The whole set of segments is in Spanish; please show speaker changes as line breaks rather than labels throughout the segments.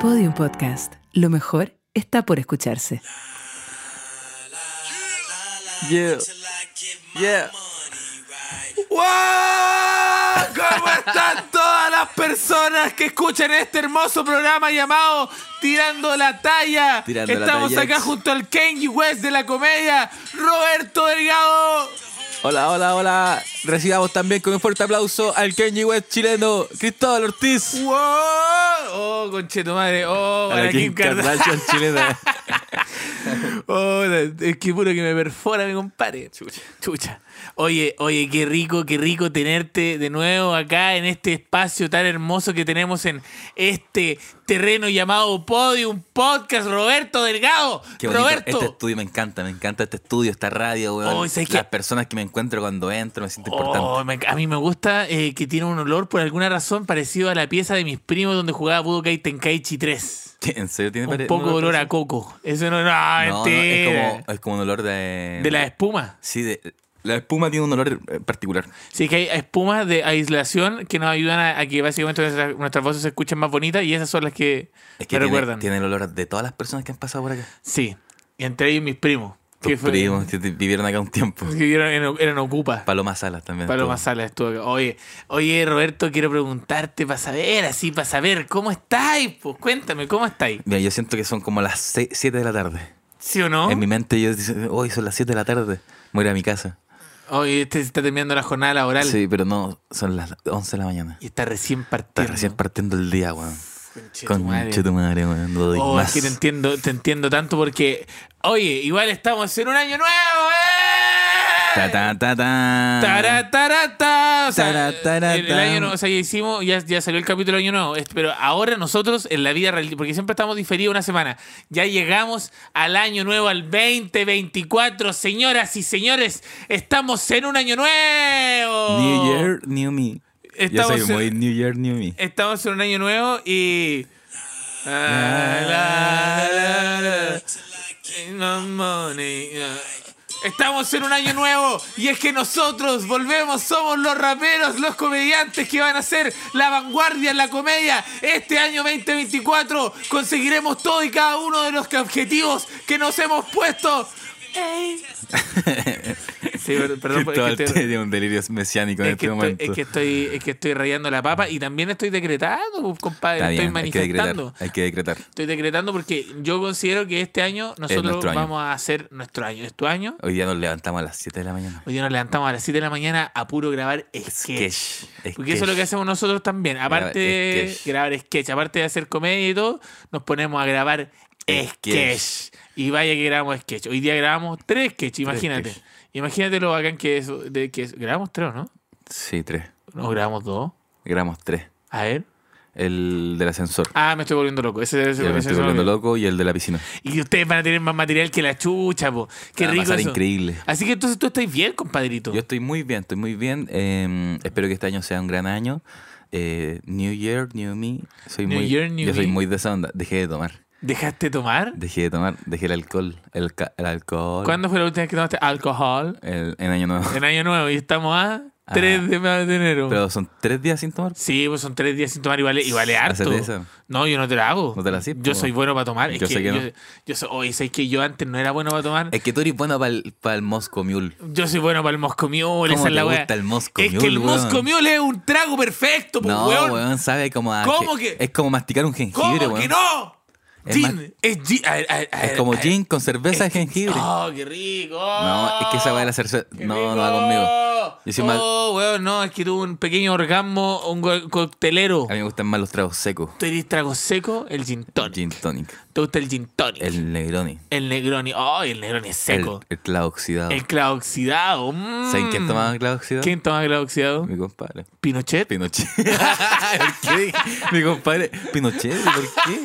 Podium Podcast. Lo mejor está por escucharse.
Yeah. Yeah. ¡Wow! ¿Cómo están todas las personas que escuchan este hermoso programa llamado Tirando la Talla?
Tirando la
Estamos
talla.
acá junto al Kenji West de la comedia, Roberto Delgado.
Hola, hola, hola. Recibamos también con un fuerte aplauso al Kenji West chileno, Cristóbal Ortiz.
¡Wow! ¡Oh, concheto madre! ¡Oh,
A la Kim
Kim Kardashian!
Kardashian chilena.
Oh, es que puro que me perfora, mi compadre. Chucha. Oye, oye, qué rico, qué rico tenerte de nuevo acá en este espacio tan hermoso que tenemos en este terreno llamado Podium Podcast. Roberto Delgado.
Qué bonito.
Roberto.
Este estudio me encanta, me encanta este estudio, esta radio, weón.
Oh, ¿sabes qué?
Las personas que me encuentro cuando entro me siento
Oh,
importante.
me- a mí me gusta eh, que tiene un olor por alguna razón parecido a la pieza de mis primos donde jugaba Budokai Tenkaichi 3.
¿En serio tiene
Un
pare-
poco
no,
olor a coco. Eso no, no,
No, no,
mentira.
es, como, es como un olor de.
De la espuma.
Sí, de. La espuma tiene un olor eh, particular.
Sí, que hay espumas de aislación que nos ayudan a, a que básicamente nuestras, nuestras voces se escuchen más bonitas y esas son las que,
Es que
me
tiene,
recuerdan.
tiene el olor de todas las personas que han pasado por acá.
Sí, y entre ellos mis primos.
Tus
fue-
primos que te- vivieron acá un tiempo.
que vivieron en, eran Ocupa.
Paloma Salas también.
Paloma
estuvo.
Salas estuvo acá. Oye, oye, Roberto, quiero preguntarte para saber, así para saber, ¿cómo estáis? Pues cuéntame, ¿cómo estáis?
Mira, yo siento que son como las 7 de la tarde.
¿Sí o no?
En mi mente yo dice, hoy son las 7 de la tarde, voy a ir a mi casa.
Oye, este se está terminando la jornada laboral
Sí, pero no, son las 11 de la mañana.
y está recién partido.
Está recién partiendo el día, weón. Con
madre.
tu madre, weón. No doy
Oh,
más.
es que te entiendo, te entiendo tanto porque, oye, igual estamos en un año nuevo, ¡eh!
Ta, ta, ta, ta.
Tará, tará, ta. O sea,
Tará, tará,
el, el
ta.
año nuevo, o sea, ya hicimos, ya, ya salió el capítulo del año nuevo, es- pero ahora nosotros en la vida real, porque siempre estamos diferidos una semana, ya llegamos al año nuevo, al 2024, señoras y señores, estamos en un año nuevo.
New Year, New Me.
Estamos
yo soy
en-
muy New Year, New
Eh,
Me.
Estamos en un año nuevo y. La, la, la, la, no money, yeah. Estamos en un año nuevo y es que nosotros volvemos, somos los raperos, los comediantes que van a ser la vanguardia en la comedia. Este año 2024 conseguiremos todo y cada uno de los objetivos que nos hemos puesto. Ey. Sí, perdón, perdón, por- es que
Cristóbal
estoy-
tiene un delirio mesiánico en
es
este
que, estoy,
momento.
es que estoy es que estoy rayando la papa y también estoy decretando, pues, compadre,
Está
estoy
bien, hay que
manifestando.
decretar. Hay que decretar.
Estoy decretando porque yo considero que este año nosotros
nuestro año.
vamos a hacer nuestro año. Este año,
Hoy día nos levantamos a las 7 de la mañana.
hoy día nos levantamos a las 7 de la mañana a puro grabar sketch. Porque eso es lo que hacemos nosotros también. Aparte de
sketch.
grabar sketch, aparte de hacer comedia y todo, nos ponemos a grabar sketch.
Sketch.
Y vaya que grabamos sketch. Hoy día grabamos tres sketch, imagínate.
sketch.
Imagínate lo bacán que es, de que es. Grabamos tres, ¿o ¿no?
Sí, 3.
No, grabamos dos.
Gramos 3.
A ver.
El del ascensor.
Ah, me estoy volviendo loco. Ese, ese-
Ya me
ese-
estoy
ese-
volviendo loco y el de la piscina.
Y ustedes van a tener más material que la chucha, po. Qué
Va a
rico
pasar
eso.
increíble.
Así que entonces tú estás bien, compadrito.
Yo estoy muy bien, estoy muy bien. Eh, espero que este año sea un gran año. Eh, new Year, New Me. Soy
New
muy,
Year, New
yo soy
Me.
muy de esa onda. Dejé de tomar.
¿Dejaste tomar?
Dejé de tomar. Dejé el alcohol. El, ca- el alcohol.
¿Cuándo fue la última vez que tomaste alcohol?
El- en Año Nuevo.
En Año Nuevo. Y estamos a
Ah.
3 de ma- de enero.
Pero son tres días sin tomar.
Sí, pues son tres días sin tomar y vale, y vale harto.
Hacete esa.
No, yo no te la hago.
No te la haces,
Yo
po.
soy bueno para tomar. Es
Yo
que
sé que no.
Yo, yo soy, oye, ¿sabes que yo antes no era bueno para tomar?
Es que tú eres bueno para el, para el Moscow Mule.
Yo soy bueno para el Moscow Mule,
¿Cómo
esa es
te
la
gusta
weá.
el Moscow
Es que
Mule,
el
weón?
Moscow Mule es un trago perfecto, pues,
No,
weón.
weón, sabe como a-
¿Cómo que-
Es como masticar un jengibre,
¿Cómo
weón.
que no? Eh,
Es
gin,
más-
es gin. A ver, a ver, a
Es
ver,
como
a ver.
gin con cerveza de jengibre.
Oh, qué rico.
No, es que esa va a la cerveza.
Qué
No, no va
rico.
conmigo. Yo soy mal-
Oh, weón, no, es que tuve un pequeño orgasmo, un go- coctelero.
A mí me gustan más los tragos secos.
¿Tú eres trago seco? El gin tonic.
Gin tonic.
¿Te gusta el gin tonic? El,
El Negroni.
negroni. Oh, el negroni es seco.
El, el clavo oxidado.
El, clavo oxidado. mm.
¿Saben quién tomaba clavo oxidado?
¿Quién toma clavo oxidado?
Mi compadre.
¿Pinochet?
Pinochet. ¿Por qué? dije? Mi compadre. Pinochet, ¿por qué?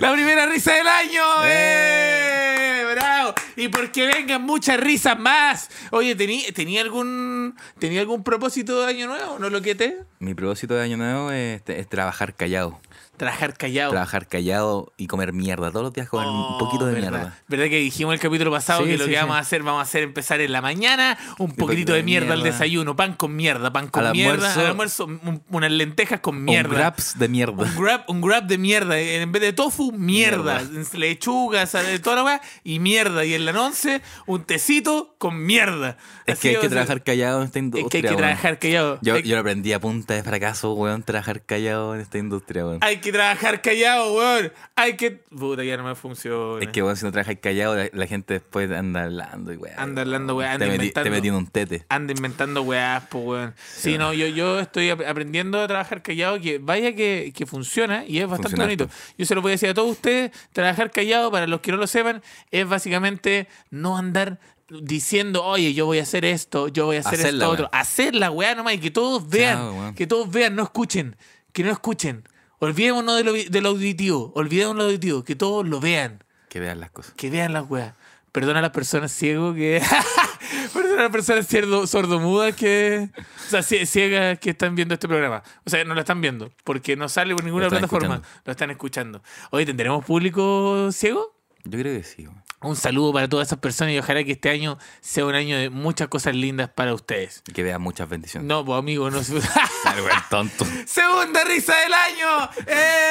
¡La primera risa del año!
¡Eh!
¡Eh! ¡Bravo! y porque vengan muchas risas más. Oye, ¿tení, ¿tenía algún tenía algún propósito de año nuevo? ¿No lo quieté?
Mi propósito de año nuevo es, este, es trabajar callado.
Trabajar callado.
Trabajar callado y comer mierda. Todos los días comer un
Oh,
poquito de
verdad.
mierda.
¿Verdad que dijimos el capítulo pasado
Sí,
que lo
sí,
que
sí.
vamos a hacer, vamos a hacer empezar en la mañana, un poquitito de
de
mierda, al
mierda.
desayuno, pan con mierda, pan con
Al
mierda, al almuerzo,
almuerzo.
un- unas lentejas con mierda.
Un wraps de mierda.
Un grab, un grab de mierda. eh, En vez de tofu, mierda. Lechugas, toda la weá, y mierda. Y en la once, un tecito con mierda.
Es
Así
que hay
va
que
a ser.
trabajar callado en esta
Es
industria.
que hay que
weón.
trabajar callado.
Yo,
hay,
yo lo aprendí a punta de fracaso, weón, trabajar callado en esta industria, weón.
hay que trabajar callado, weón. Hay que. Puta, ya no me funciona.
Es que, weón, si no trabajas callado, la, la gente después anda hablando y weón.
Anda hablando, weón, anda
Te metí,
inventando.
te metí en un tete.
Anda inventando weás, po, weón. Sí,
weón.
no, yo, yo estoy ap- aprendiendo a trabajar callado, que vaya que, que funciona y es bastante
Funciona harto.
bonito. Yo se lo voy a decir a todos ustedes, trabajar callado, para los que no lo sepan, es básicamente no andar diciendo, oye, yo voy a hacer esto, yo voy a hacer
Hacer la
esto, otro. Hacer la weá nomás y que todos vean,
Claro, weón.
que todos vean, no escuchen, que no escuchen. Olvidémonos de lo, vi- de lo auditivo, olvidémonos de lo auditivo, que todos lo vean
Que vean las cosas.
que vean las weas. Perdona a las personas ciegos que. Perdona a las personas cierdo- sordomudas que. O sea, cie- ciegas que están viendo este programa. O sea, no lo están viendo porque no sale por ninguna
Lo están
plataforma.
escuchando.
Lo están escuchando. Hoy tendremos público ciego.
Yo creo que sí, weón.
Un saludo para todas esas personas y ojalá que este año sea un año de muchas cosas lindas para ustedes.
Y Que vean muchas bendiciones.
No, pues amigo, no se-
Claro, weón, tonto.
¡Segunda risa del año!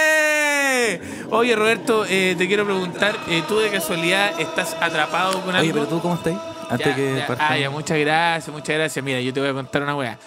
¡Eh! Oye, Roberto, eh, te quiero preguntar, eh, ¿tú de casualidad estás atrapado con algo?
Oye, pero tú, ¿cómo estás? Antes
Ya,
que
ya.
partamos.
Ah, ya, muchas gracias, muchas gracias. Mira, yo te voy a contar una weá.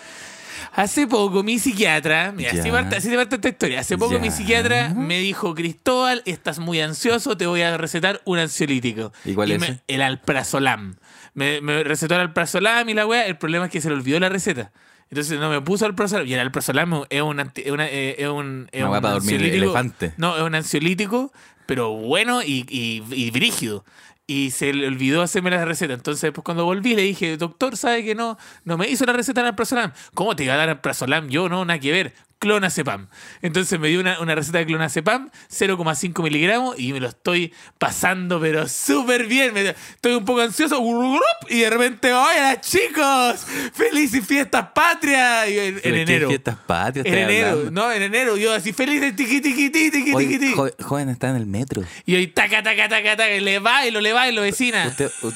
Hace poco mi psiquiatra, mira,
Ya.
así, parte, así te parte esta historia. Hace poco
Ya.
mi psiquiatra me dijo, Cristóbal, estás muy ansioso, te voy a recetar un ansiolítico.
¿Y cuál es
me-
ese?
el alprazolam. Me, me recetó el alprazolam y la weá. El problema es que se le olvidó la receta. Entonces no me puso alprazolam. Y el alprazolam es un, anti- es una- eh, es un, es
Una
un
weá para dormir,
ansiolítico.
elefante.
No, es un ansiolítico, pero bueno y, y, y brígido. Y se le olvidó hacerme la receta. Entonces, después cuando volví, le dije, doctor, ¿sabe que no, no me hizo la receta de Alprazolam? ¿Cómo te iba a dar Alprazolam? Yo, no, nada que ver. Clonazepam. Entonces me dio una, una receta de clonazepam, 0,5 miligramos, y me lo estoy pasando, pero súper bien. Me- estoy un poco ansioso, gurugurup, y de repente, ¡hola chicos! ¡Felices fiestas patrias! Y en,
Pero
en
¿qué
enero.
fiestas patrias
En
estás
enero,
hablando?
no, en enero, yo así feliz de tiqui tiqui tiqui tiqui
Oye,
tiqui, tiqui.
jo- joven, está en el metro.
Y hoy taca taca taca taca, y le bailo, le bailo, vecina.
Usted, u-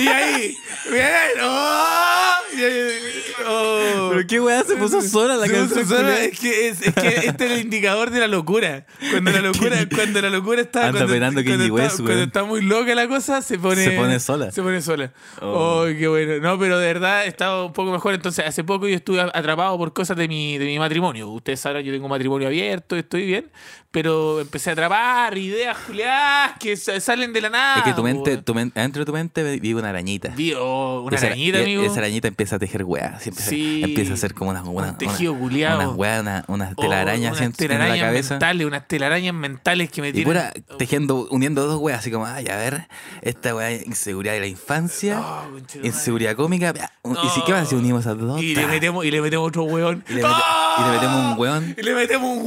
Y ahí, bien, oh, y ahí, oh.
Pero qué weá se puso sola la
Se puso
canción.
sola,
culé.
es que, es, es que este es el indicador de la locura. Cuando la locura, cuando la locura está,
Anda
cuando,
penando que
cuando,
Kanye
está
West,
cuando
weón.
está muy loca la cosa, se pone,
Se pone sola.
Se pone sola. Oh.
Oh.
qué bueno. No, pero de verdad he estado un poco mejor. Entonces, hace poco yo estuve atrapado por cosas de mi, de mi matrimonio. Ustedes saben, yo tengo un matrimonio abierto, estoy bien, pero empecé a atrapar ideas juliadas que sa- salen de la nada.
Es que tu
po,
mente,
weón.
tu men- adentro de tu mente vive una arañita.
Vi, oh, una
Y esa-
arañita,
y-
amigo.
Esa arañita empieza a tejer weas. y Empieza,
Sí.
empieza a hacer como unas una,
Un tejido
una-
culiao.
Unas weas, una- unas
Oh,
telarañas
unas
así en- en la
telarañas
cabeza.
mentales, unas telarañas mentales que me
Y
tienen.
pura tejiendo, uniendo dos weas, así como, ay, a ver, esta wea es inseguridad de la infancia,
Oh, conchetumare.
inseguridad cómica. pa, un- ¿Y si
No.
qué pasa si unimos esas dos?
Y le
Ta.
metemos, y le metemos otro hueón.
Y le mete- y le metemos un hueón.
Y le metemos un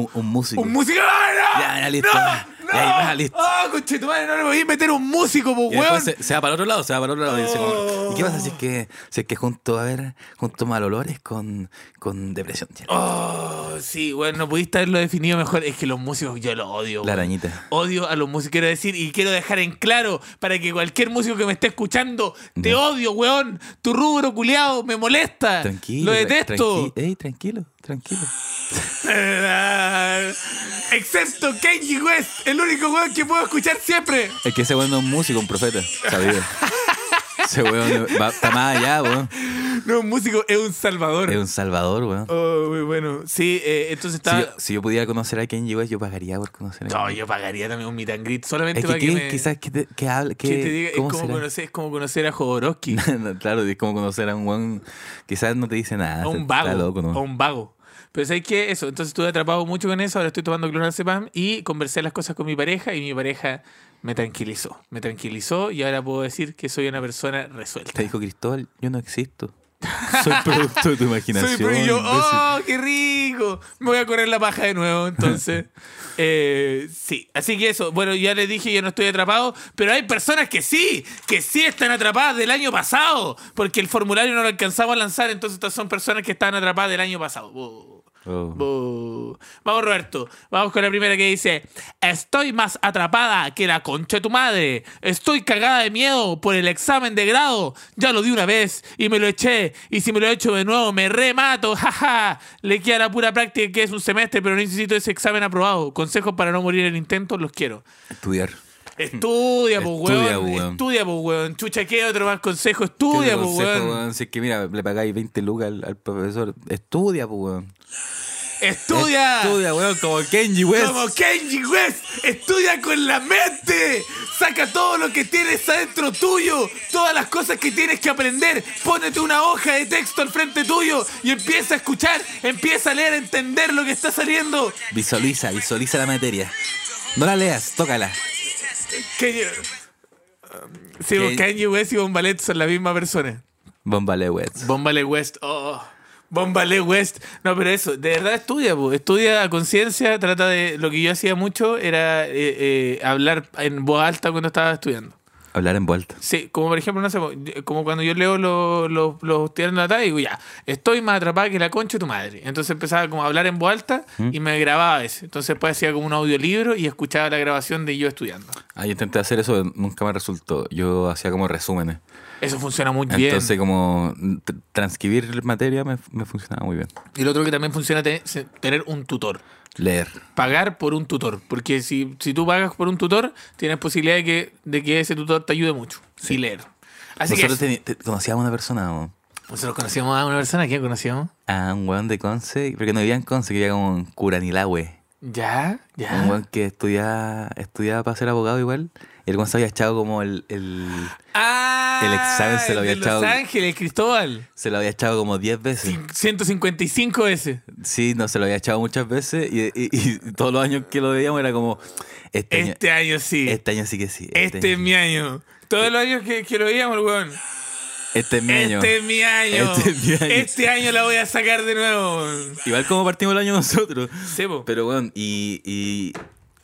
Un- un músico.
Un músico. ¡Ah, no!
Ya, ya, listo,
¡No!
ya.
¡No!
Ya, ahí va, listo.
¡Ah, conchetumare, no le voy a meter un músico, pues,
Y después
hueón!
se, se va para el otro lado, se va para el otro lado. Y, dice como,
Oh.
¿y qué pasa si es que, si es que junto, a ver, junto malolores con, con depresión? ya?
Oh, sí, bueno, no pudiste haberlo definido mejor. Es que los músicos yo los odio.
La
weón.
arañita.
Odio a los músicos, quiero decir, y quiero dejar en claro para que cualquier músico que me esté escuchando, te odio, weón. Tu rubro culiado me molesta.
Tranquilo.
Lo
tra-
detesto.
tranqui- ey, tranquilo, tranquilo.
Excepto Kanye West, el único weón que puedo escuchar siempre.
Es que ese weón no es un músico, un profeta, sabido. ese weón va, está más allá, weón.
No es un músico, es un salvador.
Es un salvador, weón.
Oh, muy bueno. Sí, eh, entonces
Si
estaba.
yo, si yo pudiera conocer a Kenji West, yo pagaría por conocer a Kanye.
No, yo pagaría también un meet and greet solamente
Es que,
para que,
¿qué?
me-
quizás que te, que hable,
que
que-
te diga. Es
¿cómo
como,
será?
conocer, es como conocer a Jodorowsky,
claro, es como conocer a un weón, quizás no te dice nada.
a un
está
vago.
loco, ¿no?
A un vago. Pero ¿sabes qué? Eso. Entonces estuve atrapado mucho con eso. Ahora estoy tomando clonazepam y conversé las cosas con mi pareja y mi pareja me tranquilizó. Me tranquilizó y ahora puedo decir que soy una persona resuelta.
Te dijo Cristóbal, yo no existo. Soy producto de tu imaginación.
Soy pro- y yo,
imbécil.
¡oh, qué rico! Me voy a correr la paja de nuevo, entonces. Eh, sí, así que eso. Bueno, ya les dije, yo no estoy atrapado, pero hay personas que sí, que sí están atrapadas del año pasado, porque el formulario no lo alcanzamos a lanzar, entonces estas son personas que están atrapadas del año pasado. Oh.
Oh.
Bu. Vamos, Roberto. Vamos con la primera que dice: Estoy más atrapada que la concha de tu madre. Estoy cagada de miedo por el examen de grado. Ya lo di una vez y me lo eché. Y si me lo echo de nuevo, me remato. Jaja. Le queda la pura práctica que es un semestre, pero no necesito ese examen aprobado. Consejos para no morir en el intento, los quiero.
Estudiar.
Estudia, pues,
Estudia,
weón.
weón.
Estudia, pues, weón. Chucha, ¿qué otro más consejo? Estudia,
Tiene
pues,
consejo,
weón.
weón. Si es que mira, le pagáis 20 lucas al, al profesor. Estudia, pues, weón.
Estudia.
Estudia, weón, como Kenji West.
Como Kenji West, estudia con la mente. Saca todo lo que tienes adentro tuyo, todas las cosas que tienes que aprender. Pónete una hoja de texto al frente tuyo y empieza a escuchar, empieza a leer, a entender lo que está saliendo.
Visualiza, visualiza la materia. No la leas, tócala.
Kenji, um, sí,
Ken-
pues Kenji West y Bombalet son la misma persona.
Bombale West.
Bombale West, oh. Bombale West. No, pero eso, de verdad estudia, po. estudia a conciencia, trata de... Lo que yo hacía mucho era eh, eh, hablar en voz alta cuando estaba estudiando.
Hablar en vuelta.
Sí, como por ejemplo, no sé, como cuando yo leo los los los tiranos de la tarde, digo, ya, estoy más atrapada que la concha de tu madre. Entonces empezaba como a hablar en voz alta
¿Mm?
y me grababa a veces. Entonces después hacía como un audiolibro y escuchaba la grabación de yo estudiando.
Ah, yo intenté hacer eso, nunca me resultó. Yo hacía como resúmenes.
Eso funciona muy bien.
Entonces, como tr- transcribir materia me, me funcionaba muy bien.
Y lo otro que también funciona es tener un tutor.
Leer.
Pagar por un tutor. Porque si, si tú pagas por un tutor, tienes posibilidad de que, de que ese tutor te ayude mucho. Sí. leer. Así
Nosotros
que eso.
teni- te- conocíamos a una persona, ¿no?
nosotros conocíamos a una persona, ¿quién conocíamos?
a un weón de Conce, porque no vivía en Conce, que vivía como en Curanilahue.
Ya, ya.
Un weón que estudiaba, estudiaba para ser abogado igual. Y el weón se había echado como el, el-
Ah,
El examen se lo
el
había
de
echado-
Los Ángeles, Cristóbal.
Se lo había echado como 10 veces.
155 veces.
Sí, no, se lo había echado muchas veces. Y, y- y todos los años que lo veíamos era como. Este, año,
Este año sí. Este,
este año sí que sí.
es
año-
mi año. Todos los años que, que lo veíamos, el weón.
Este es mi año.
Este es mi año.
Este es mi año.
Este año la voy a sacar de nuevo. weón.
Igual como partimos el año nosotros.
Sí, po.
Pero bueno, y, y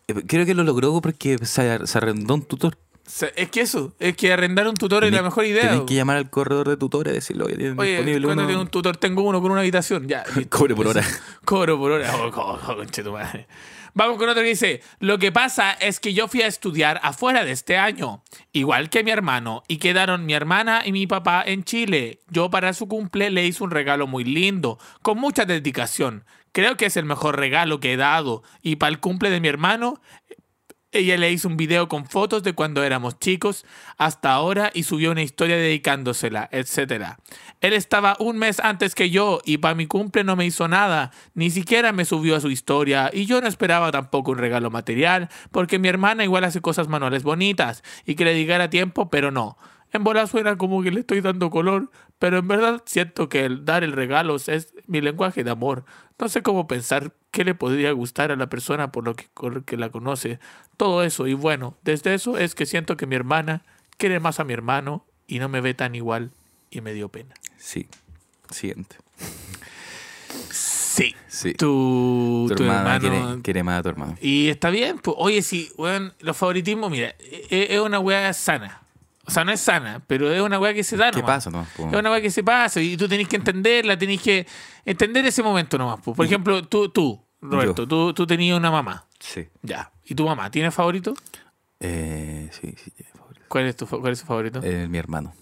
eh, creo que lo logró porque se, se arrendó un tutor.
O sea, es que eso, es que arrendar un tutor es la mejor idea.
Tienen
weón.
que llamar al corredor de tutores y decirle, oye, tienen
Oye,
disponible
¿cuándo
uno.
tengo un tutor? Tengo uno con una habitación. Ya. listo.
Cobre por hora.
Cobro por hora. Oh, co- co- conche tu madre. Vamos con otro que dice, lo que pasa es que yo fui a estudiar afuera de este año, igual que mi hermano, y quedaron mi hermana y mi papá en Chile. Yo para su cumple le hice un regalo muy lindo, con mucha dedicación. Creo que es el mejor regalo que he dado. Y para el cumple de mi hermano, ella le hizo un video con fotos de cuando éramos chicos hasta ahora y subió una historia dedicándosela, etc. Él estaba un mes antes que yo y para mi cumple no me hizo nada, ni siquiera me subió a su historia y yo no esperaba tampoco un regalo material porque mi hermana igual hace cosas manuales bonitas y que le llegara a tiempo, pero no. En bola suena como que le estoy dando color, pero en verdad siento que el dar el regalo es mi lenguaje de amor. No sé cómo pensar qué le podría gustar a la persona por lo que, por que la conoce. Todo eso, y bueno, desde eso es que siento que mi hermana quiere más a mi hermano y no me ve tan igual y me dio pena.
Sí. Siguiente.
Sí.
Sí.
Tu,
Tu,
tu
hermana
hermano
quiere, quiere más a tu hermano.
Y está bien, pues. Oye, sí, weón, los favoritismos, mira, e- e- es, una weá sana. O sea, no es sana, pero es una weá que se da.
¿Qué
nomás.
pasa, no?
Es una weá que se pasa y tú tenés que entenderla, tenés que entender ese momento nomás. po. Por ejemplo, tú, tú Roberto,
Yo.
tú, tú tenías una mamá.
Sí.
Ya. ¿Y tu mamá tiene favorito?
Eh, sí, sí, tiene favorito.
¿Cuál es, tu, fa- cuál es su favorito?
Eh, mi hermano.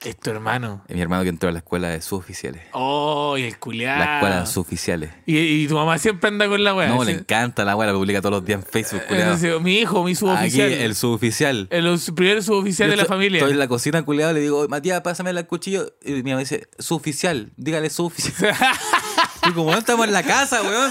Es tu hermano.
Eh, Mi hermano que entró a la escuela de suboficiales.
Oh, y el culiado.
La escuela de suboficiales.
Y, y tu mamá siempre anda con la weá.
No,
así.
le encanta la abuela, la publica todos los días en Facebook, culiado.
Entonces, mi hijo, mi
Aquí,
suboficial.
el suboficial.
el, os- primer suboficial de
Yo
la
estoy-
familia.
Estoy en la cocina, culiado, le digo, Matías, pásame el cuchillo. Y mi mamá dice, suboficial, dígale suboficial. y como no estamos en la casa, weón.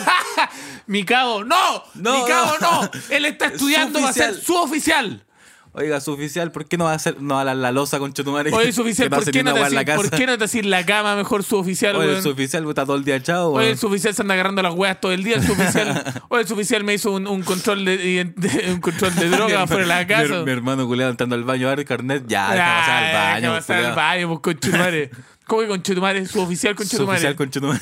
Mi cabo, no,
No,
mi cabo, no.
no.
Él está estudiando, va a ser suboficial.
Oiga, suboficial, ¿por qué no va a hacer no a la, la losa con chetumare?
Oye, suboficial, ¿por qué, no te
en la
así-
casa?
¿por qué no te así en la cama mejor suboficial,
Oye,
weón?
el suboficial está todo el día chao,
Oye,
weón.
el suboficial se anda agarrando las weas todo el día. El suboficial, oye, el suboficial me hizo un, un control de, de- un control de droga fuera de la
Mi her-
casa.
Mi, hermano culiado entrando al baño, a ver, carnet, ya, deja pasar al
Ay,
baño.
deja Ah, pasar al
culiao.
baño, pues, conchetumare. ¿Cómo que conchetumare? Su oficial
Su
conchetumare.
oficial con Chetumare.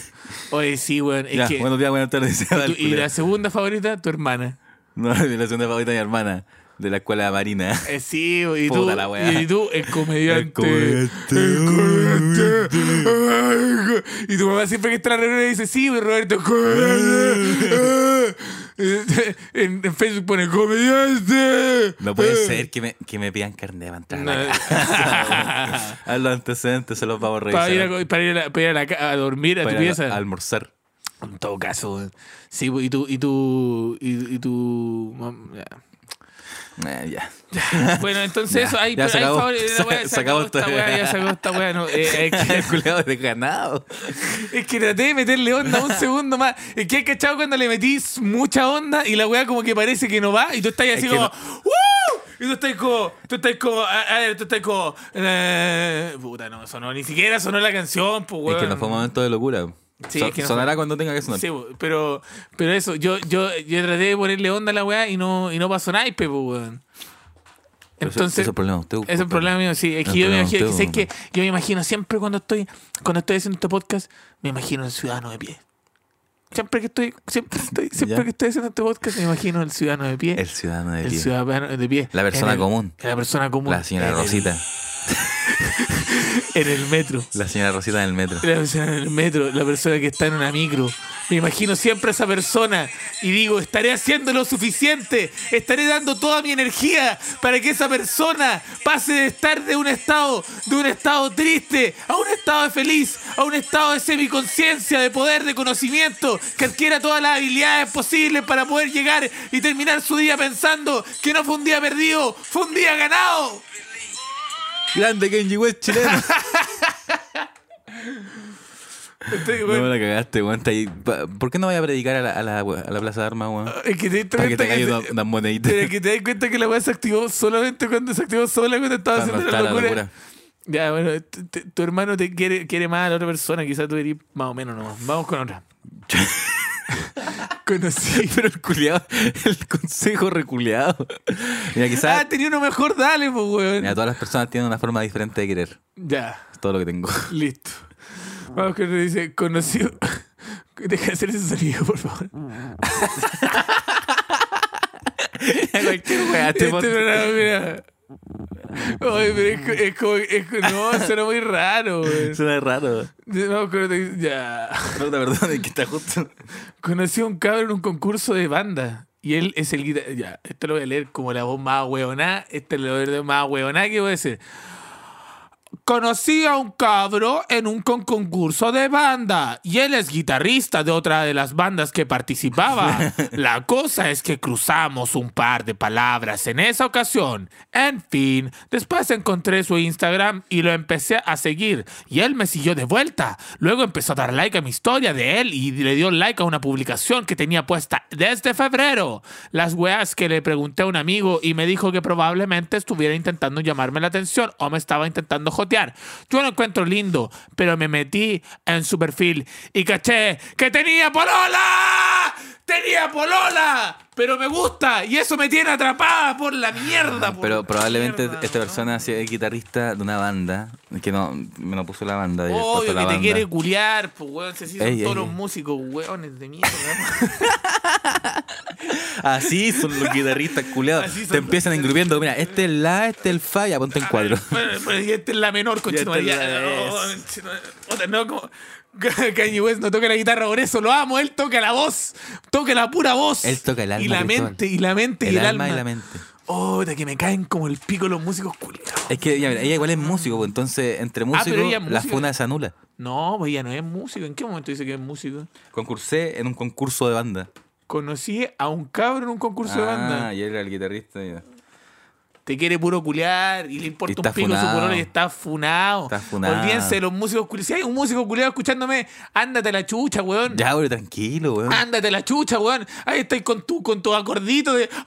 Oye, sí, weón. Es
Ya,
que,
buenos días, buenas tardes.
tu- y la segunda favorita, tu hermana.
No, mi la segunda favorita de mi hermana, de la escuela marina.
Eh, sí, y tú,
Puta la weá.
y tú, el comediante.
El comediante.
El comediante. Y tu mamá siempre que está en la reunión dice, sí, Roberto, comediante. en, en Facebook pone comediante.
No puede ser que me, que me pidan carne para entrar a
Eh.
la casa. A los antecedentes se los vamos a revisar.
Para ir, a, para ir a la- para ir a la ca- a dormir a
Para
tu
ir a-
pieza.
a almorzar.
En todo caso, weón. Sí, y tu, y tu, y, y tu mam- ya.
Eh, ya.
Bueno, entonces eso, hay,
ya
pero
se
hay
acabó.
favor- la weá,
Se-
se
se
acabó
acabó
esta
todo.
weá, ya se acabó esta weá, no, eh, es que-
El culiao desganado.
Es que traté de meterle onda un segundo más. Es que hay cachado cuando le metís mucha onda y la weá como que parece que no va y tú estás así
que
como.
no.
"¡Woo!", Y tú estás como. Tú estás como. A, a ver, tú estás como. eh, puta, no sonó. Ni siquiera sonó la canción, pues
Es
weón.
que no fue un momento de locura.
Sí,
So-
es que no
Sonará
fue-
cuando tenga que sonar.
Sí, bo, pero, pero eso, yo, yo, yo traté de ponerle onda a la weá y no, y no pasó nada, pues, weón.
Pero eso-
Entonces,
ese es el problema de usted,
ese es el
compadre.
problema mío, sí. Es
No,
que yo me
problema de
imagino,
usted,
sé que yo me imagino siempre cuando estoy, cuando estoy haciendo este podcast, me imagino el ciudadano de pie. Siempre que estoy, siempre estoy, siempre
Ya.
que estoy haciendo este podcast, me imagino el ciudadano de pie.
El ciudadano de
el
pie.
ciudadano de pie.
La persona
En el-
común.
La persona común.
La señora
En el-
Rosita.
En el metro.
La señora Rosita en el metro.
La persona en el metro, la persona que está en una micro. Me imagino siempre a esa persona y digo, estaré haciendo lo suficiente, estaré dando toda mi energía para que esa persona pase de estar de un estado, de un estado triste, a un estado de feliz, a un estado de semiconciencia, de poder, de conocimiento, que adquiera todas las habilidades posibles para poder llegar y terminar su día pensando que no fue un día perdido, fue un día ganado.
Grande Kenji West chileno.
Estoy-
No me la cagaste, weón. Está ahí. Pa- ¿Por qué no vaya a predicar a la, a la, a la plaza de armas, weón?
Es este que te-
Para que te
te-
caigan una- unas moneditas.
Pero que te das cuenta que la weá se activó solamente cuando se activó sola cuando estaba
Cuando
haciendo la
estaba la
locura.
locura.
Ya, bueno, t- t- tu hermano te quiere, quiere más a la otra persona, quizás tú eres más o menos nomás. Vamos con otra. Conocí.
Pero el culiado, el consejo reculeado. Mira,
Ah,
quizás.
tenía uno mejor, dale, pues,
Mira,
weón.
todas las personas tienen una forma diferente de querer.
Ya,
Es todo lo que tengo.
listo. Vamos con otra. Dice, conocí. Deja de hacer ese sonido, por favor.
Cualquier weá,
Este
este podcast-
programa, mira. Oye, pero es, co- es como. Es, co- no, suena muy raro, weón.
Suena raro.
Vamos con otra. dice, Ya.
No, la verdad es que está justo.
Conocí a un cabrón en un concurso de banda. Y él es el guitarrista. Ya, esto lo voy a leer como la voz más hueoná. Esta es la voz más hueoná que voy a decir. Conocí a un cabro en un con- concurso de banda y él es guitarrista de otra de las bandas que participaba. La cosa es que cruzamos un par de palabras en esa ocasión. En fin, después encontré su Instagram y lo empecé a seguir y él me siguió de vuelta. Luego empezó a dar like a mi historia de él y le dio like a una publicación que tenía puesta desde febrero. Las weas que le pregunté a un amigo y me dijo que probablemente estuviera intentando llamarme la atención o me estaba intentando jotear. Yo lo encuentro lindo, pero me metí en su perfil y caché que tenía polola. ¡Tenía polola! Pero me gusta y eso me tiene atrapada por la mierda. por
Pero
la
probablemente este
mierda,
esta
¿no?
persona sea el guitarrista de una banda. Es Que no, me lo puso la banda. y después
Obvio
puso
que
la
te
banda.
quiere culiar, pues, weón. Si así son
Ey, ey,
todos los
ey.
músicos, weones de mierda.
Así son los guitarristas culeados.
Así son
Te empiezan
los- este
engrupendo. Mira, este es la, este es el fa, ya ponte en cuadro.
Ah, Bueno, pero y esta es la menor, conchetumare.
esta es la-
Ya, no, conchetumare. Otra, no, como. Kanye West no toca la guitarra por eso, lo amo, él toca la voz, toca la pura voz.
Él toca el alma,
Y la
Cristóbal.
mente, y la mente, y
El
el
alma y la mente.
Oh, de que me caen como el pico los músicos culiados.
Es que ya, mira, ella igual es músico, pues, entonces entre
Ah, pero
músicos
ella es
la
músico.
funa se anula.
No, pues ya no es músico. ¿En qué momento dice que es músico?
Concursé en un concurso de banda.
Conocí a un cabro en un concurso de banda.
Ah, y él era el guitarrista. ya.
Te quiere puro culiar y le importa
Y está
un pico su
funado.
color y está funado.
Está funado.
Olvídense de los músicos culiados. Si hay un músico culiado escuchándome, ándate a la chucha, weón.
Ya, bro, tranquilo, weón.
Ándate la chucha, weón. Ahí estáis con tu, con tu acordito de. ¡Ay, ay,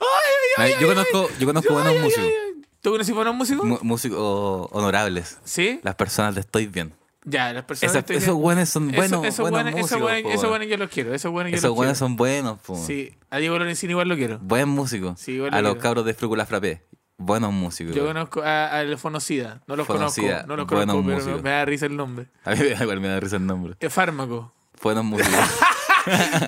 ay!
Ay, yo
ay,
conozco-
ay!
yo conozco
Ay,
buenos
ay, ay,
músicos.
ay. ¿Tú conoces buenos músicos?
Mu- Músicos honorables.
sí.
Las personas de Estoy Bien.
Ya, las personas.
Esas-
estoy-
esos güeyes son
Eso-
buenos.
Esos
buenos
güeyes- esos
músicos,
güeyes-
po,
esos
weón.
güeyes yo los quiero. Esos buenos yo
Esos
los
buenos
quiero.
son buenos, po.
Sí, a Diego Lorenzini igual lo quiero.
Buen músico.
Sí, igual
a
lo
los
quiero.
cabros de Frúcula Frappé. buenos músicos.
Yo
güey.
conozco a, a los Fonocida. No los
Fonocida,
conozco. No los
buenos
conozco, pero
músicos.
me da risa el nombre.
A mí me da igual, me da risa el nombre.
Eh, fármaco.
Buenos músicos.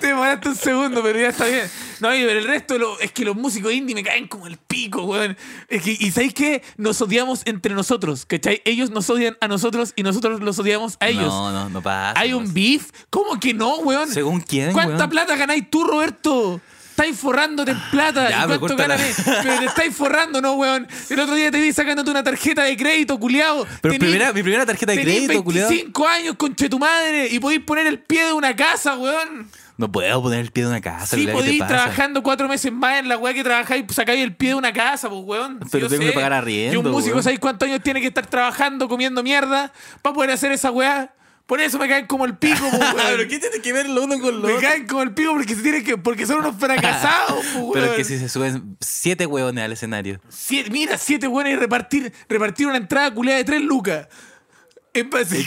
Te demoraste un segundo, pero ya está bien. No, y pero el resto lo- es que los músicos indie me caen como el pico, weón. Es que, ¿Y sabéis qué? Nos odiamos entre nosotros, ¿cachai? Ellos nos odian a nosotros y nosotros los odiamos a ellos.
No, no, no pasa.
¿Hay un beef? ¿Cómo que no, weón?
¿Según quién,
¿Cuánta
weón?
plata ganáis tú, Roberto? Estáis forrándote en plata.
Ya,
¿Y
pero
cuánto
córtala.
ganas? Pero te estáis forrando, ¿no, weón? El otro día te vi sacándote una tarjeta de crédito, culiado.
Pero primera, mi primera tarjeta de
Tenís
crédito, culiado.
25 años, conche tu madre, y podéis poner el pie de una casa, weón.
No puedo poner el pie de una casa.
Sí,
culiao, ¿qué te
podéis
pasa?
trabajando cuatro meses más en la weá que trabajáis, sacáis el pie de una casa, pues, weón. Si
Pero
yo
tengo que
sé.
pagar arriendo,
Y un músico,
weón.
¿sabéis cuántos años tiene que estar trabajando, comiendo mierda, para poder hacer esa weá? Por eso me caen como el pico, pues,
Ah,
weón.
pero ¿qué tiene que ver lo uno con lo
Me
otro?
caen como el pico porque, se tienen que, porque son unos fracasados, pues, weón.
Pero es que si se suben siete huevones al escenario.
Siete- mira, siete weones y repartir, repartir una entrada culiada de tres lucas. Es pa-
se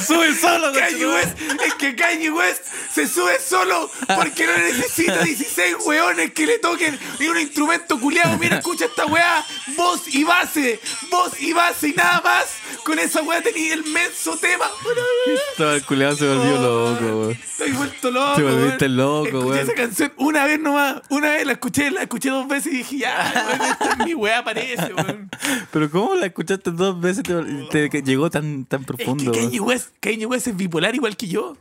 sube solo,
Kanye West, es que Kanye West se sube solo porque no necesita 16 weones que le toquen y un instrumento culiado. Mira, escucha esta weá, voz y base, voz y base y nada más. Con esa weá tenía el menso tema.
Todo el culiado se volvió loco, weón.
Estoy vuelto loco.
Te volviste
weón.
loco,
Escuché
weón.
esa canción una vez nomás, una vez la escuché, la escuché dos veces y dije, ya, weón, esta es mi weá, parece, weón.
Pero ¿cómo la escuchaste dos veces? Te, te- que llegó tan, tan
Es
profundo.
que
weón.
Kanye West, Kanye West es bipolar igual que yo.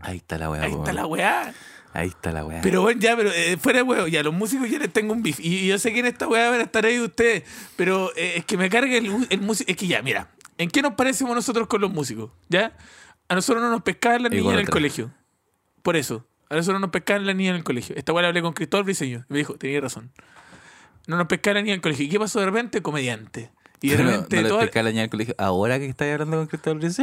Ahí está la weá,
Ahí está
weón.
la weá.
Ahí está la weá.
Pero bueno, ya, pero eh, fuera de huevo, ya los músicos ya les tengo un beef. Y, y yo sé que en esta weá van a estar ahí ustedes. Pero eh, es que me carga el, mu- el músico. Es que ya, mira, ¿en qué nos parecemos nosotros con los músicos? ¿Ya? A nosotros no nos pescaban las
Igual
niñas en el
atrás.
colegio. Por eso. A nosotros no nos pescaban las niñas en el colegio. Esta weá la hablé con Cristóbal Briseño. Y me dijo, tenía razón. No nos pescaban las niñas en el colegio. ¿Y qué pasó de repente? Comediante. Y de
Pero no,
repente
no le
toda-
pescaba la ña al colegio. Ahora que estás hablando con Cristóbal Brice.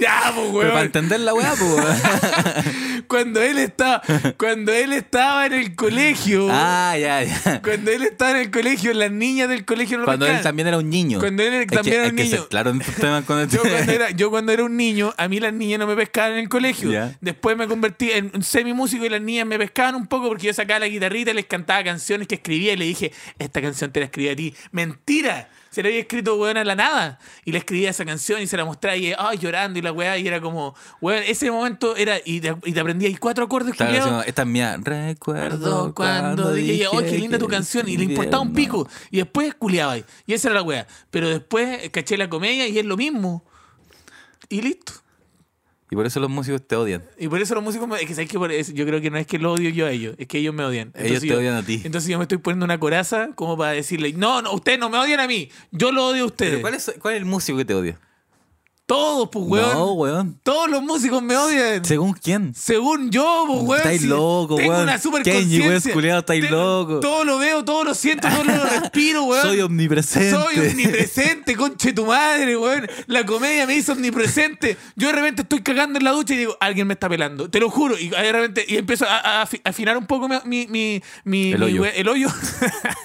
Ya, pues,
Pero para
weón.
entender la weá, pues. weón.
Cuando él estaba, cuando él estaba en el colegio.
ah, ya, ya.
Cuando él estaba en el colegio, las niñas del colegio no lo
Cuando él
pescaban.
también era un niño.
Cuando él
Es que-
también era
hay
un
que
niño.
ser claro en tus temas con este.
yo, cuando era, yo cuando era un niño, a mí las niñas no me pescaban en el colegio.
Ya.
Después me convertí en un semi-músico y las niñas me pescaban un poco porque yo sacaba la guitarrita y les cantaba canciones que escribía y le dije, esta canción te la escribí a ti. ¡Mentira! Se la había escrito, weón, a la nada. Y le escribía esa canción y se la mostraba y, ay, llorando y la weá. Y era como, weón, ese momento era, y te, y te aprendías cuatro acordes
Estaba
culiados.
diciendo, esta es mía. Recuerdo
Recuerdo cuando dije, oh, qué linda tu canción. Y le importaba un pico. Y después culiaba ahí. Y esa era la weá. Pero después eh, caché la comedia y es lo mismo. Y listo.
Y por eso los músicos te odian.
Y por eso los músicos. me- Es que, ¿sabes qué? Por eso- yo creo que no es que lo odio yo a ellos, es que ellos me odian.
Ellos te
yo-
odian a ti.
Entonces yo me estoy poniendo una coraza como para decirle, no, no, ustedes no me odian a mí, yo lo odio a ustedes.
¿Pero cuál es, cuál es el músico que te odia?
Todos, pues, weón.
No, weón.
Todos los músicos me odian.
¿Según quién?
Según yo, pues, weón.
Estáis
si
loco,
tengo
weón.
una super
Kanye West,
conciencia.
culiao, estáis
Tengo-
loco.
Todo lo veo, todo lo siento, todo lo respiro, weón.
Soy omnipresente.
Soy omnipresente, conche tu madre, weón. La comedia me hizo omnipresente. Yo de repente estoy cagando en la ducha y digo, alguien me está pelando. Te lo juro. Y de repente y empiezo a, a- a afi- afinar un poco mi, mi, mi- mi-
El
mi
hoyo.
we- el hoyo.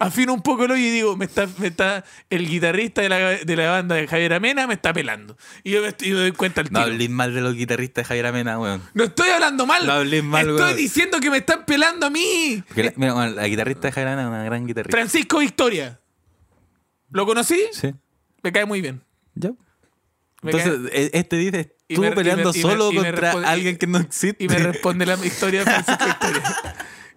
Afino un poco el hoyo y digo, me está, me está el guitarrista de la, de la banda de Javier Amena me está pelando. Y yo me, y me doy cuenta al
No
tiro.
hables mal de los guitarristas de Javier Amena, weón.
No estoy hablando mal.
No hables mal,
Estoy
weón.
diciendo que me están pelando a mí.
Porque la, mira, bueno, la guitarrista de Javier Amena es una gran guitarrista.
Francisco Victoria. ¿Lo conocí?
Sí.
Me cae muy bien.
Ya.
Me
Entonces, e- este dice,
Y
tú
me- y me-
peleando
y me-
solo
y me
contra
responde-
alguien que no existe.
Y me responde la historia de Francisco Victoria.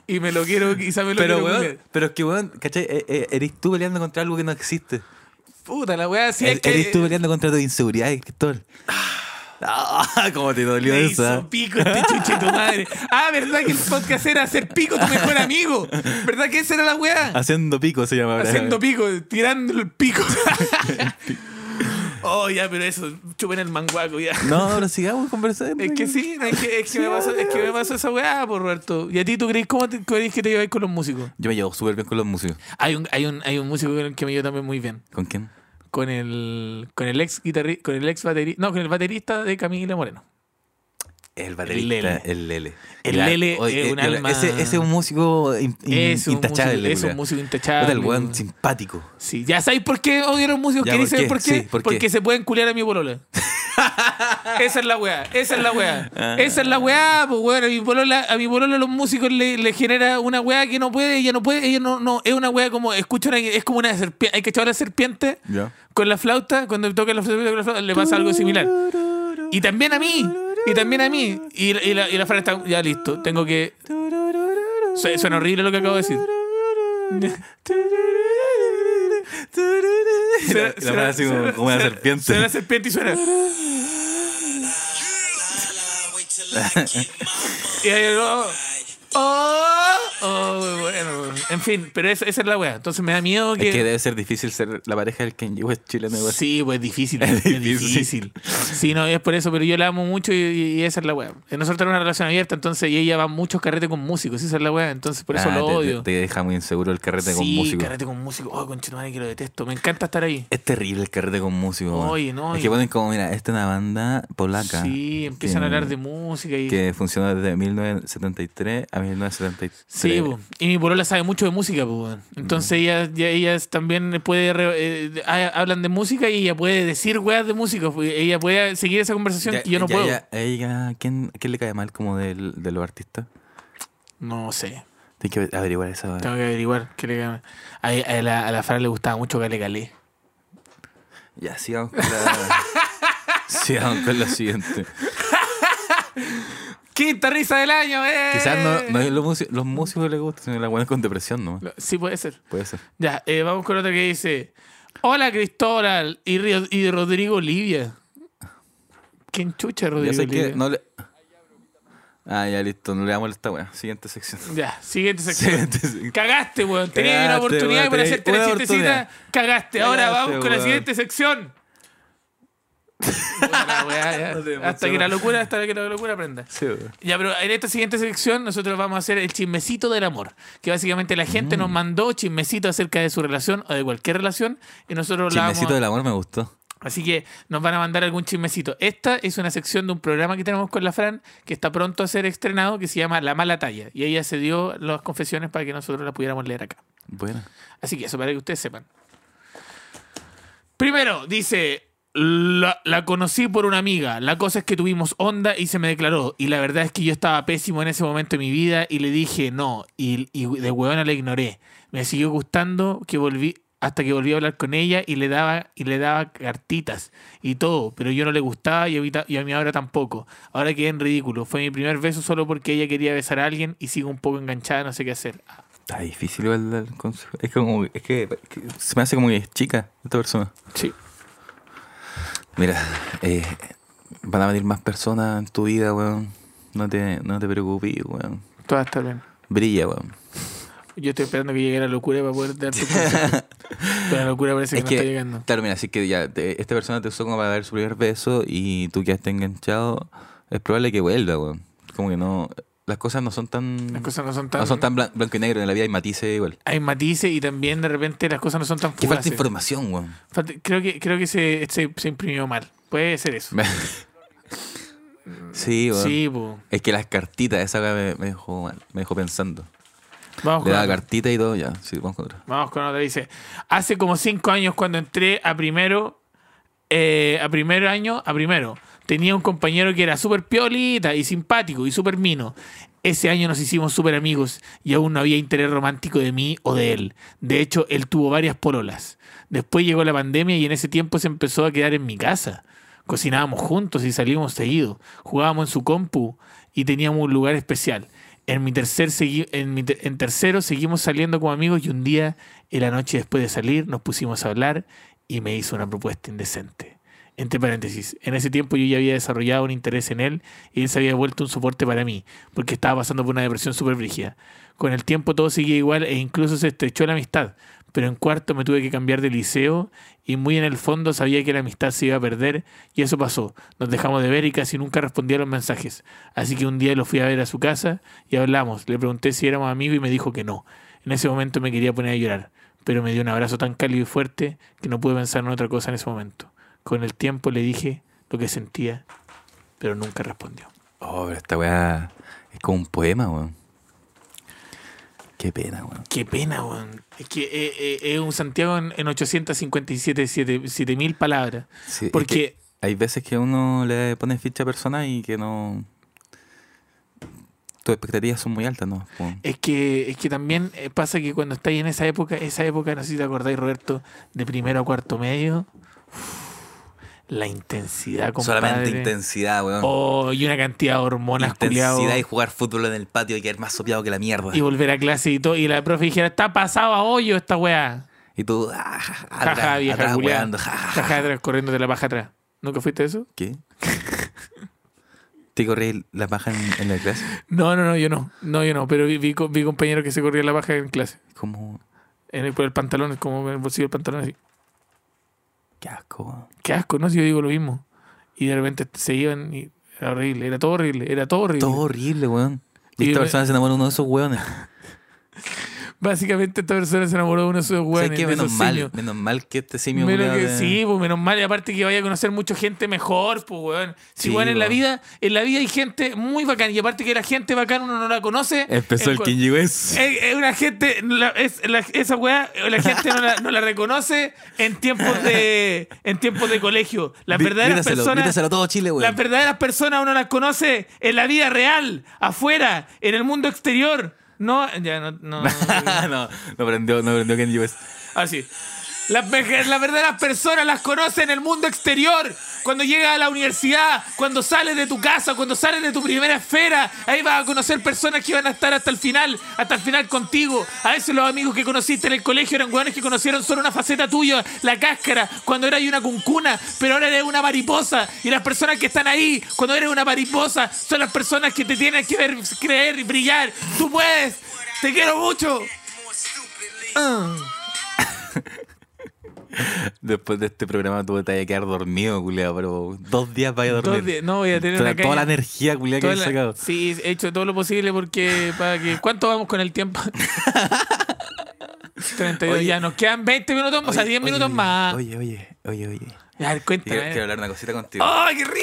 Y me lo quiero, quizá me lo
pero,
quiero
weón,
culiar.
pero es que, weón, ¿cachai? E- e- eres tú peleando contra algo que no existe.
Puta la weá, si
E-
es que.
Eres tú peleando contra tu inseguridad, Héctor. Ah, cómo te dolió
me
eso.
hizo
ah.
pico este chuche tu madre. Ah, ¿verdad que el podcast era hacer pico tu mejor amigo? ¿Verdad que esa era la weá?
Haciendo pico se llama. ahora.
Haciendo pico, tirando el pico. oh, ya, pero eso, chupen el manguaco ya.
No, pero sigamos conversando.
Es que sí, no, es que, es que me pasó, es que me pasó esa weá, por Roberto. ¿Y a ti tú crees cómo te, crees que te lleváis con los músicos?
Yo me llevo súper bien con los músicos.
Hay un, hay un, hay un músico con el que me llevo también muy bien.
¿Con quién?
Con el, con el ex guitarrista, con el ex baterista, no, con el baterista de Camila Moreno.
El
Lele.
baterista, el Lele.
El
Mira,
Lele
oye,
es un
eh,
alma-
Ese, ese es un músico in- in-
Es un
intachable.
músico- es
culiao.
un músico intachable,
Puta, el weón
weón.
simpático.
Sí, ya sabéis por qué odio a los músicos.
Ya,
¿Queréis
¿por
saber
qué?
por qué?
Sí, ¿por qué?
Porque se pueden culiar a mi bolola. Esa es la weá, esa es la weá.
Ah.
Esa es la weá, pues weón, a mi polola, a mi polola los músicos le, le genera una weá que no puede, ella no puede, ella no, no, es una weá como, escucha una- es como una serpiente, hay que echar la serpiente
Ya.
con la flauta, cuando toca la flauta, con la flauta, le pasa algo similar. Y también a mí, y también a mí. Y, la- y la, y la Fran está, ya listo, tengo que... Su- Suena horrible lo que acabo de decir.
Y la- y la mano así como, como una
suena-
serpiente.
Suena serpiente y suena. y ahí luego, Oh, oh, bueno. En fin, pero esa, esa es la wea. Entonces me da miedo que.
Es que debe ser difícil ser la pareja del Kanye West chileno. igual.
Sí, pues es difícil.
Es
Es
difícil.
difícil. Sí, no, es por eso, pero yo la amo mucho y, y esa es la wea. Nosotros tenemos una relación abierta, entonces, y ella va a muchos carretes con músicos, esa es la wea. Entonces, por eso
Ah,
lo
te- te-
odio.
Te, deja muy inseguro el carrete con
sí,
músicos.
carrete con músicos. Oh, conchetumare, que lo detesto. Me encanta estar ahí.
Es terrible el carrete con músicos. weón.
Oye, no,
Es
y-
que ponen como, mira, esta es una banda polaca.
Sí, empiezan
que-
a hablar de música y.
Que funciona desde 1973 a 1973.
Sí, po. y mi polola sabe mucho de música, po, weón. entonces
Mm.
ella, ya- ella también puede, re- eh, ha- hablan de música y ella puede decir weas de música, po. ella puede seguir esa conversación
Ya-
y yo no
ya-
puedo.
ya- ella- ¿quién, ¿Quién le cae mal como del, de los artistas?
No sé,
Tienes que averiguar eso.
tengo que averiguar. qué le- a, a la, a la Fran le gustaba mucho Gale Gale.
Ya, sigamos con la. sigamos con la siguiente.
Quinta risa del año, eh.
Quizás no, no es los, músi- los músicos que les gusta, sino la buena con depresión, ¿no?
Sí, puede ser.
Puede ser.
Ya, eh, vamos con otra que dice: Hola Cristóbal y, Río- y Rodrigo Olivia. ¿Quién chucha
Ya
Rodrigo
sé que
Olivia?
no le. Ah, ya listo, no le damos esta weá. Siguiente sección.
Ya, siguiente sección.
Siguiente sección.
Cagaste, weón. Tenías una
Cagaste,
oportunidad
weón.
y por
Tenías
hacerte la
una
chistecita. Cagaste. Ahora
Cagaste,
vamos con la
weón.
siguiente sección. Puta weá, ya.
No te
hasta
emociones.
que la locura, hasta que la locura aprenda.
Sí, weón.
Ya, pero en esta siguiente sección nosotros vamos a hacer el chismecito del amor. Que básicamente la gente nos mandó chismecito acerca de su relación o de cualquier relación. Y nosotros la vamos
Chismecito
a-
del amor me gustó.
Así que nos van a mandar algún chismecito. Esta es una sección de un programa que tenemos con la Fran que está pronto a ser estrenado que se llama La Mala Talla. Y ella se dio las confesiones para que nosotros las pudiéramos leer acá.
Bueno.
Así que eso para que ustedes sepan. Primero, dice, la, la conocí por una amiga. La cosa es que tuvimos onda y se me declaró. Y la verdad es que yo estaba pésimo en ese momento de mi vida y le dije no. Y, y de huevona la ignoré. Me siguió gustando que volví hasta que volví a hablar con ella y le daba y le daba cartitas y todo, pero yo no le gustaba y, evita- y a mí ahora tampoco. Ahora quedé en ridículo. Fue mi primer beso solo porque ella quería besar a alguien y sigo un poco enganchada, no sé qué hacer. Ah,
Está difícil igual dar el consejo. Es como. Es que, que se me hace como que es chica esta persona.
sí.
Mira, eh, van a venir más personas en tu vida, weón. No te, no te preocupes, weón.
Todo va a estar bien.
Brilla, weón.
Yo estoy esperando que llegue la locura para poder dar tu consejo. Pero la locura parece que
es
no
que,
está llegando.
claro, mira, así que ya, te- esta persona te usó como para dar su primer beso y tú quedaste enganchado, es probable que vuelva, weón. Como que no, las cosas no son tan,
Las cosas no son tan.
mm, no son tan blan- blanco y negro, en la vida hay matices igual.
Hay matices y también de repente las cosas no son tan
Que falta
fugaces.
información, weón.
Falta- creo que, creo que se, se, se imprimió mal. Puede ser eso.
sí, weón.
Sí, po.
Es que las cartitas, esa weá me, me dejó mal, me dejó pensando.
Vamos
Le
con
daba
otra.
cartita y todo, ya, sí, vamos con otra.
Vamos con otra. Dice: Hace como cinco años cuando entré a primero. eh, a primer año, a primero. Tenía un compañero que era súper piolita y simpático y súper mino. Ese año nos hicimos súper amigos y aún no había interés romántico de mí o de él. De hecho, él tuvo varias pololas. Después llegó la pandemia y en ese tiempo se empezó a quedar en mi casa. Cocinábamos juntos y salíamos seguido. Jugábamos en su compu y teníamos un lugar especial. En mi, tercer segui- en, mi te- en tercero seguimos saliendo como amigos y un día, en la noche después de salir, nos pusimos a hablar y me hizo una propuesta indecente. Entre paréntesis, en ese tiempo yo ya había desarrollado un interés en él y él se había vuelto un soporte para mí, porque estaba pasando por una depresión súper brígida. Con el tiempo todo seguía igual e incluso se estrechó la amistad, pero en cuarto me tuve que cambiar de liceo y muy en el fondo sabía que la amistad se iba a perder y eso pasó. Nos dejamos de ver y casi nunca respondía a los mensajes. Así que un día lo fui a ver a su casa y hablamos. Le pregunté si éramos amigos y me dijo que no. En ese momento me quería poner a llorar, pero me dio un abrazo tan cálido y fuerte que no pude pensar en otra cosa en ese momento. Con el tiempo le dije lo que sentía, pero nunca respondió.
Oh, pero esta weá es como un poema, weón. Qué pena, weón.
Qué pena, weón. Es que eh, eh, es un Santiago en, en 857, 7 mil palabras.
Sí, es
Porque
que hay veces que uno le pone ficha a personas y que no. Tus expectativas son muy altas, ¿no? Como-
Es que, es que también eh, pasa que cuando estáis en esa época, esa época, no sé si te acordáis, Roberto, de primero a cuarto medio, uf, la intensidad, compadre.
Solamente intensidad, weón.
Oh, y una cantidad de hormonas,
intensidad
culiao.
y jugar fútbol en el patio y quedar más sopeado que la mierda.
Y volver a clase y todo. Y la profe dijera, está pasado a hoyo esta weá.
Y tú, ah, ja, ja,
Jaja,
atrás,
vieja
atrás
culiao.
weando, ja, ja, ja.
Jaja, atrás, corriendo de la paja atrás. ¿Nunca fuiste eso?
¿Qué? ¿Te corrí la paja en, en la clase?
No, no, no, yo no. No, yo no. Pero vi, vi, co- vi compañeros que se corrían la paja en clase.
Como,
En el, por el pantalón, como en el bolsillo del pantalón así.
qué asco. weón.
Qué asco, ¿no? Si yo digo lo mismo. Y de repente se iban y era horrible. Era todo horrible. Era todo horrible.
Todo horrible, weón.
Y
Y esta
me-
persona se enamora de uno de esos weones.
Básicamente esta persona se enamoró de uno de esos
O sea,
weones.
que
de esos
menos mal,
simios.
menos mal que este simio
Menos
culiao
que-
de-
Sí, pues menos mal. Y aparte que vaya a conocer mucha gente mejor, pues, weón. Si,
Sí,
weón, en la
weón.
vida, en la vida hay gente muy bacán. Y aparte que la gente bacán uno no la conoce.
Empezó
En
el
cua-
Kenji West.
Eh, eh, una gente, la- es- la- esa weá, la gente no la, no la reconoce en tiempos de en tiempos de colegio. Las
Di-
verdaderas
grítaselo,
personas,
grítaselo a todo Chile, weón.
las verdaderas personas uno las conoce en la vida real, afuera, en el mundo exterior. No, ya no, no.
no, no aprendió, no aprendió Kenji pues. West.
Así. Las, ve- las verdaderas personas las conoce en el mundo exterior. Cuando llegas a la universidad, cuando sales de tu casa, cuando sales de tu primera esfera, ahí vas a conocer personas que van a estar hasta el final, hasta el final contigo. A veces los amigos que conociste en el colegio eran hueones que conocieron solo una faceta tuya, la cáscara, cuando eras una cuncuna, pero ahora eres una mariposa. Y las personas que están ahí, cuando eres una mariposa, son las personas que te tienen que ver creer y brillar. Tú puedes, te quiero mucho. Ah.
Después de este programa tú te vas a quedar dormido, culiao, pero dos días vaya a dormir.
Dos días, no, voy a tener
toda,
una
toda la
caña-
energía, culiao, que
Toda
he
la-
sacado.
sí, he hecho todo lo posible porque para que ¿cuánto vamos con el tiempo? 32
Oye.
ya nos quedan 20 minutos, o sea,
Oye,
10
oye,
minutos
oye,
más.
Oye, oye, oye, oye.
A ver, cuéntame.
Quiero, quiero hablar una cosita contigo.
¡Ay, qué rico!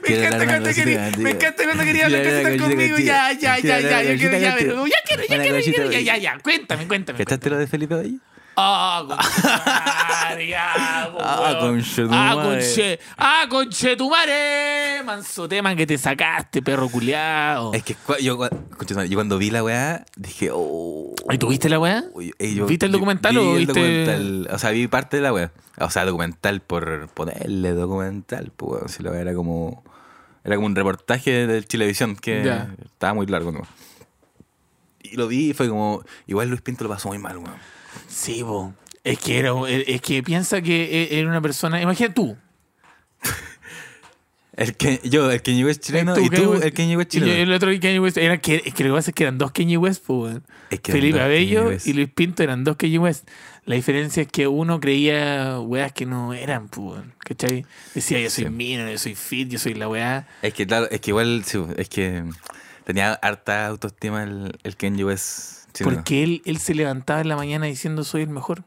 Me
Quiero
encanta
hablar
cuando
una
quería,
cosita,
me
tío.
encanta cuando quería hablar
Quiero hablar
cositas
una cosita,
conmigo.
tío.
Ya, ya,
Quiero
ya,
hablar
ya,
una
yo quiero
cosita,
ya,
tío.
pero- ya quiero, ya
Una
quiero, ya
cosita,
quiero, ya,
oye.
ya, ya. Cuéntame, cuéntame. cuéntame.
¿Cachaste lo de Felipe ahí?
Ah, conchetumare, ya, po,
Ah,
weón.
conchetumare.
Ah, conche, ah, conchetumare, manso tema que te sacaste, perro culiao.
Es que cua- yo, cua- escucha, yo cuando vi la weá, dije, oh.
¿Y tuviste la weá?
Uy, eh, yo-
¿Viste el
yo
documental
vi
o
el
viste-
documental, o sea, vi parte de la web. O sea, documental por ponerle documental, pues weón, si la wea era como era como un reportaje del Chilevisión que
Ya.
estaba muy largo, ¿no? Y lo vi y fue como igual Luis Pinto lo pasó muy mal, weón.
Sí, po. Es que era, es que piensa que e- era una persona. Imagina tú.
El que yo, el que llegó es chileno
tú,
y
Kanye
tú,
West.
el que llegó es
Y yo-
chileno.
el otro Kanye West. Era que, es que lo que pasa es que eran dos Kanye West, po, weón.
Es que eran
Felipe
dos Kanye
Abello
West.
y Luis Pinto eran dos Kanye West. La diferencia es que uno creía weas que no eran, po, weón. ¿Cachai? Decía, yo soy
Sí.
mino, yo soy fit, yo soy la weá.
Es que claro, es que igual sí, es que tenía harta autoestima el, el Kanye West chileno.
Porque él, él se levantaba en la mañana diciendo, soy el mejor.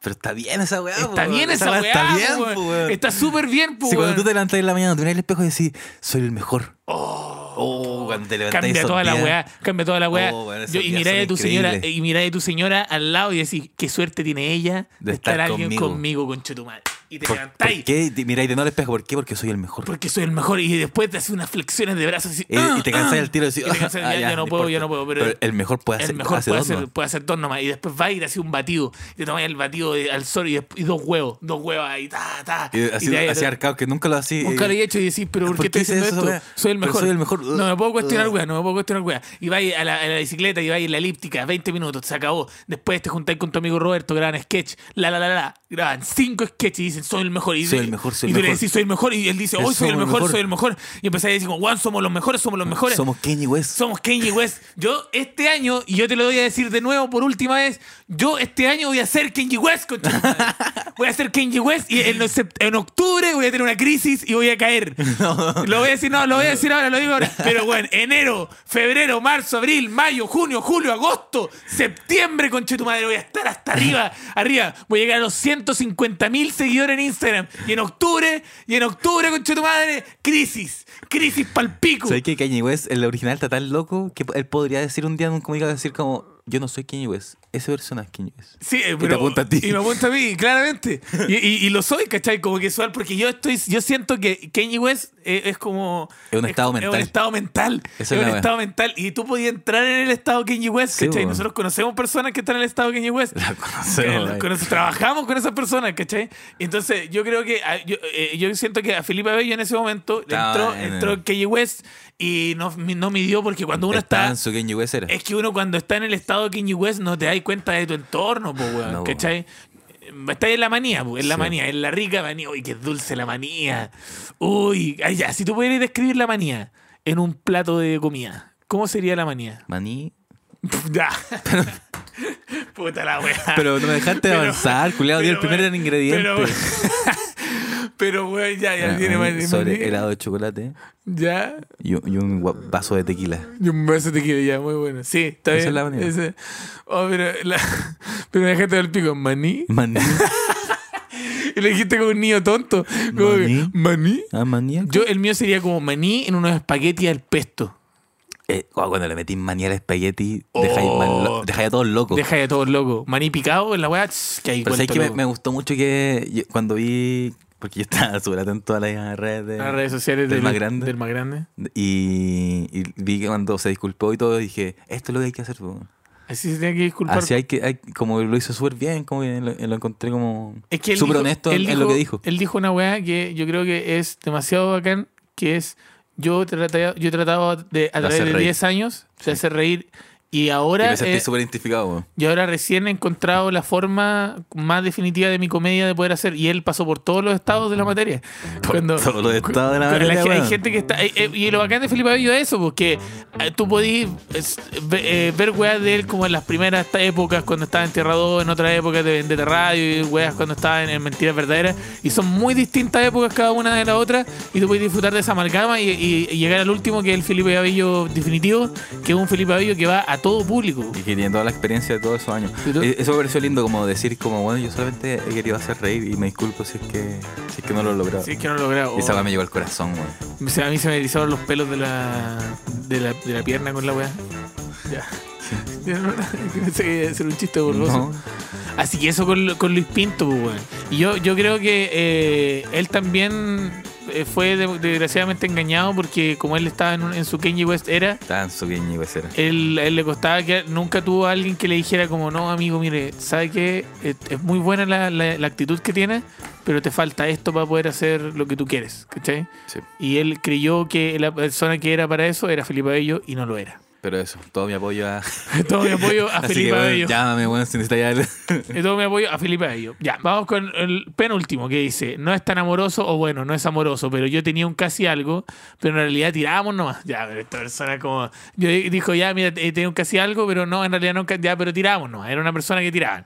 Pero está bien esa weá, po,
Está
Ah, weón.
bien esa
weá
weá,
Está bien,
po, weón.
po, weón.
Está súper bien, po,
Si cuando
weón.
tú te levantás en la mañana, te miras al espejo y decís, soy el mejor. Oh, cuando te levantás
Cambia
esos
toda la
días,
weá, cambia toda la weá.
Oh, bueno, esos
Yo- y
días
miráis
son
a tu señora,
increíbles.
y miráis a tu señora al lado y decís, qué suerte tiene ella
De
de, estar,
estar
alguien conmigo,
conmigo.
conchetumal. Y te
¿Por, ¿por
levantáis.
qué? Te- Miráis de nuevo al espejo, ¿por qué? Porque soy el mejor.
Porque soy el mejor. Y después te hace unas flexiones de brazos y,
Eh, y te cansás del tiro y decís,
Ah, Y te cansás,
"Ah,
ya- ya no puedo, ya no puedo", pero-
el mejor puede hacer,
"Ah, el mejor
hace
puede,
dos,
hacer,
¿no?
puede hacer dos nomás. Y después va y te hace un batido. Y te tomáis el batido de- al sol y, desp- y dos huevos. Dos huevos ahí, ta, ta.
Y así,
te-
así arcado, que nunca lo hacía.
Nunca lo he hecho y decís, pero ¿por, qué estoy
eh, hice
haciendo
eso,
esto?
wea?
Soy el
Pero
mejor.
soy el mejor.
No me puedo cuestionar,
Uh.
weá, no me puedo cuestionar, weá. Y vais a la, a la bicicleta y vais en la elíptica, 20 minutos, se acabó. Después te juntáis con tu amigo Roberto, graban sketch, la la la la, graban cinco sketches y dicen, soy el mejor. Y,
Soy el mejor, soy
y
el
tú le
mejor.
decís, soy el mejor, y él dice,
Pero
hoy soy el
somos el
mejor,
mejor.
soy el mejor. Y empezáis a decir, como, Juan, somos los mejores, somos los mejores.
Somos Kanye West.
Somos Kanye West. Yo este año, y yo te lo voy a decir de nuevo por última vez, yo este año voy a ser Kanye West, concha tu madre. Voy a ser Kanye West y en, sep- en octubre voy a tener una crisis y voy a caer. Lo voy a decir, no, lo voy a decir ahora, lo digo ahora. Pero bueno, enero, febrero, marzo, abril, mayo, junio, julio, agosto, septiembre, concha tu madre, voy a estar hasta arriba, arriba. Voy a llegar a los 150 mil seguidores en Instagram. Y en octubre, y en octubre, concha tu madre, crisis. Crisis palpico.
¿Sabes que Kanye West, el original, está tan loco que él podría decir un día en un comunicado, decir como, yo no soy Kanye West, ese personaje es.
Sí, eh,
te
pero,
apunta a ti.
Y me apunta a mí, claramente. Y, y- y lo soy, ¿cachai? Como que soy, porque yo estoy, yo siento que Kanye West eh, es, como...
Es un estado
Es
mental.
un estado mental.
Esa es
es
la
un
wea.
estado mental. Y tú podías entrar en el estado Kanye West,
Sí,
¿cachai?
weón.
Nosotros conocemos personas que están en el estado Kanye West.
La
Eh,
conocemos.
los
ahí.
conoce- trabajamos con esas personas, ¿cachai? Entonces, yo creo que a- yo, eh, yo siento que a Felipe Bello en ese momento le
Estaba
entró,
en el-
entró Kanye West y no, no midió porque cuando uno
Estaba
está.
en su Kanye West era.
Es que uno cuando está en el estado de Kanye West no te das cuenta de tu entorno, po, weón,
No, po.
¿cachai? Está en la manía, po, en la
Sí.
manía, en la rica manía. Uy, qué dulce la manía. Uy, ay, ya, si tú pudieras describir la manía en un plato de comida, ¿cómo sería la manía?
Maní.
Ya. Puta la weá.
Pero no me dejaste
Ah. Pero-
avanzar, culiado. Di el
pero,
primer
weón,
ingrediente.
Pero, weón, pero, weón, ya, ya
Ya,
tiene
maní
maní-
Ah, sobre
maní.
helado de chocolate
Ya.
y, un- y un gua- vaso de tequila.
Y un beso te quiero ya, muy bueno. Sí, está
Esa
bien.
es la manía.
Ese- Oh, pero, la... pero me dejaste del pico. ¿Maní?
Maní.
Y le dijiste como un niño tonto. Como que,
¿Maní?
¿Maní?
Ah, maní.
Yo, el mío sería como maní en unos espaguetis al pesto.
Eh, guau, cuando le metís maní al espagueti,
Oh.
dejáis, mal- lo- dejáis a todos locos.
Deja de todos locos. Maní picado en la weá. tss, Que hay
Pero sabéis
vuelto
que me,
loco.
me gustó mucho que yo- cuando vi. Porque yo estaba súper atento a las redes. de-
Las redes sociales
del
del,
más grande.
del más grande.
Y, y vi que cuando se disculpó y todo, dije: Esto es lo que hay que hacer. po".
Así se tiene que disculpar.
Así hay que. hay- como lo hizo súper bien, como que lo, lo encontré como.
Es que él
súper
dijo-
honesto
él
en, en lo que dijo.
Él dijo una weá que yo creo que es demasiado bacán, que es yo trataba, yo trataba de a
De hacer
través de
reír.
10 años de hacer reír y
Y
ahora
me sentí
eh,
súper identificado. po.
y ahora recién he encontrado la forma más definitiva de mi comedia de poder hacer y él pasó por todos los estados de la materia. Cuando-
Todos los estados de la
pero
materia,
es que hay
weón.
gente que está. eh, eh, y lo bacán de Felipe Bello es eso, porque eh, tú podís es, ve- eh, ver weas de él como en las primeras ta- épocas, cuando estaba enterrado, en otras épocas de Vendetta Radio, y weas cuando estaba en, en Mentiras Verdaderas. Y son muy distintas épocas cada una de la otra, y tú podés disfrutar de esa amalgama y, y- y llegar al último, que es el Felipe Bello definitivo, que es un Felipe Bello que va a todo público.
Y que tiene toda la experiencia de todos esos años.
¿Y tú?
Eh, Eso me pareció lindo, como decir, como bueno, yo solamente he querido hacer reír y me disculpo si es que, si es que no lo he logrado.
Si es que no lo grabo.
Y esa weá me llegó al corazón, weón.
O sea, a mí se me erizaron los pelos de la, de la, de la pierna con la weá. Ya. Ya no, pensé que iba a ser un chiste burloso.
No,
Así que eso con, con Luis Pinto, pues, weón. Y yo, yo creo que eh, él también eh, fue de- desgraciadamente engañado porque como él estaba en, un- en su Kanye West era,
tan bien y becera.
él, a él le costaba que nunca tuvo a alguien que le dijera como, no, amigo, mire, ¿sabe qué? Es, es muy buena la, la- la actitud que tienes, pero te falta esto para poder hacer lo que tú quieres, ¿cachai?
Sí.
Y él creyó que la persona que era para eso era Felipe Bello y no lo era.
Pero eso, todo mi apoyo a.
Todo mi apoyo a
Así
Felipe
que, weón,
Bello.
Llámame, weón, si necesitas ya.
Y todo mi apoyo a Felipe Bello. Ya, vamos con el penúltimo que dice: No es tan amoroso, o bueno, no es amoroso, pero yo tenía un casi algo, pero en realidad tirábamos nomás. Ya, pero esta persona como. Yo di- dijo: Ya, mira, eh, tenía un casi algo, pero no, en realidad nunca. Ya, pero tirábamos nomás. Era una persona que tiraban.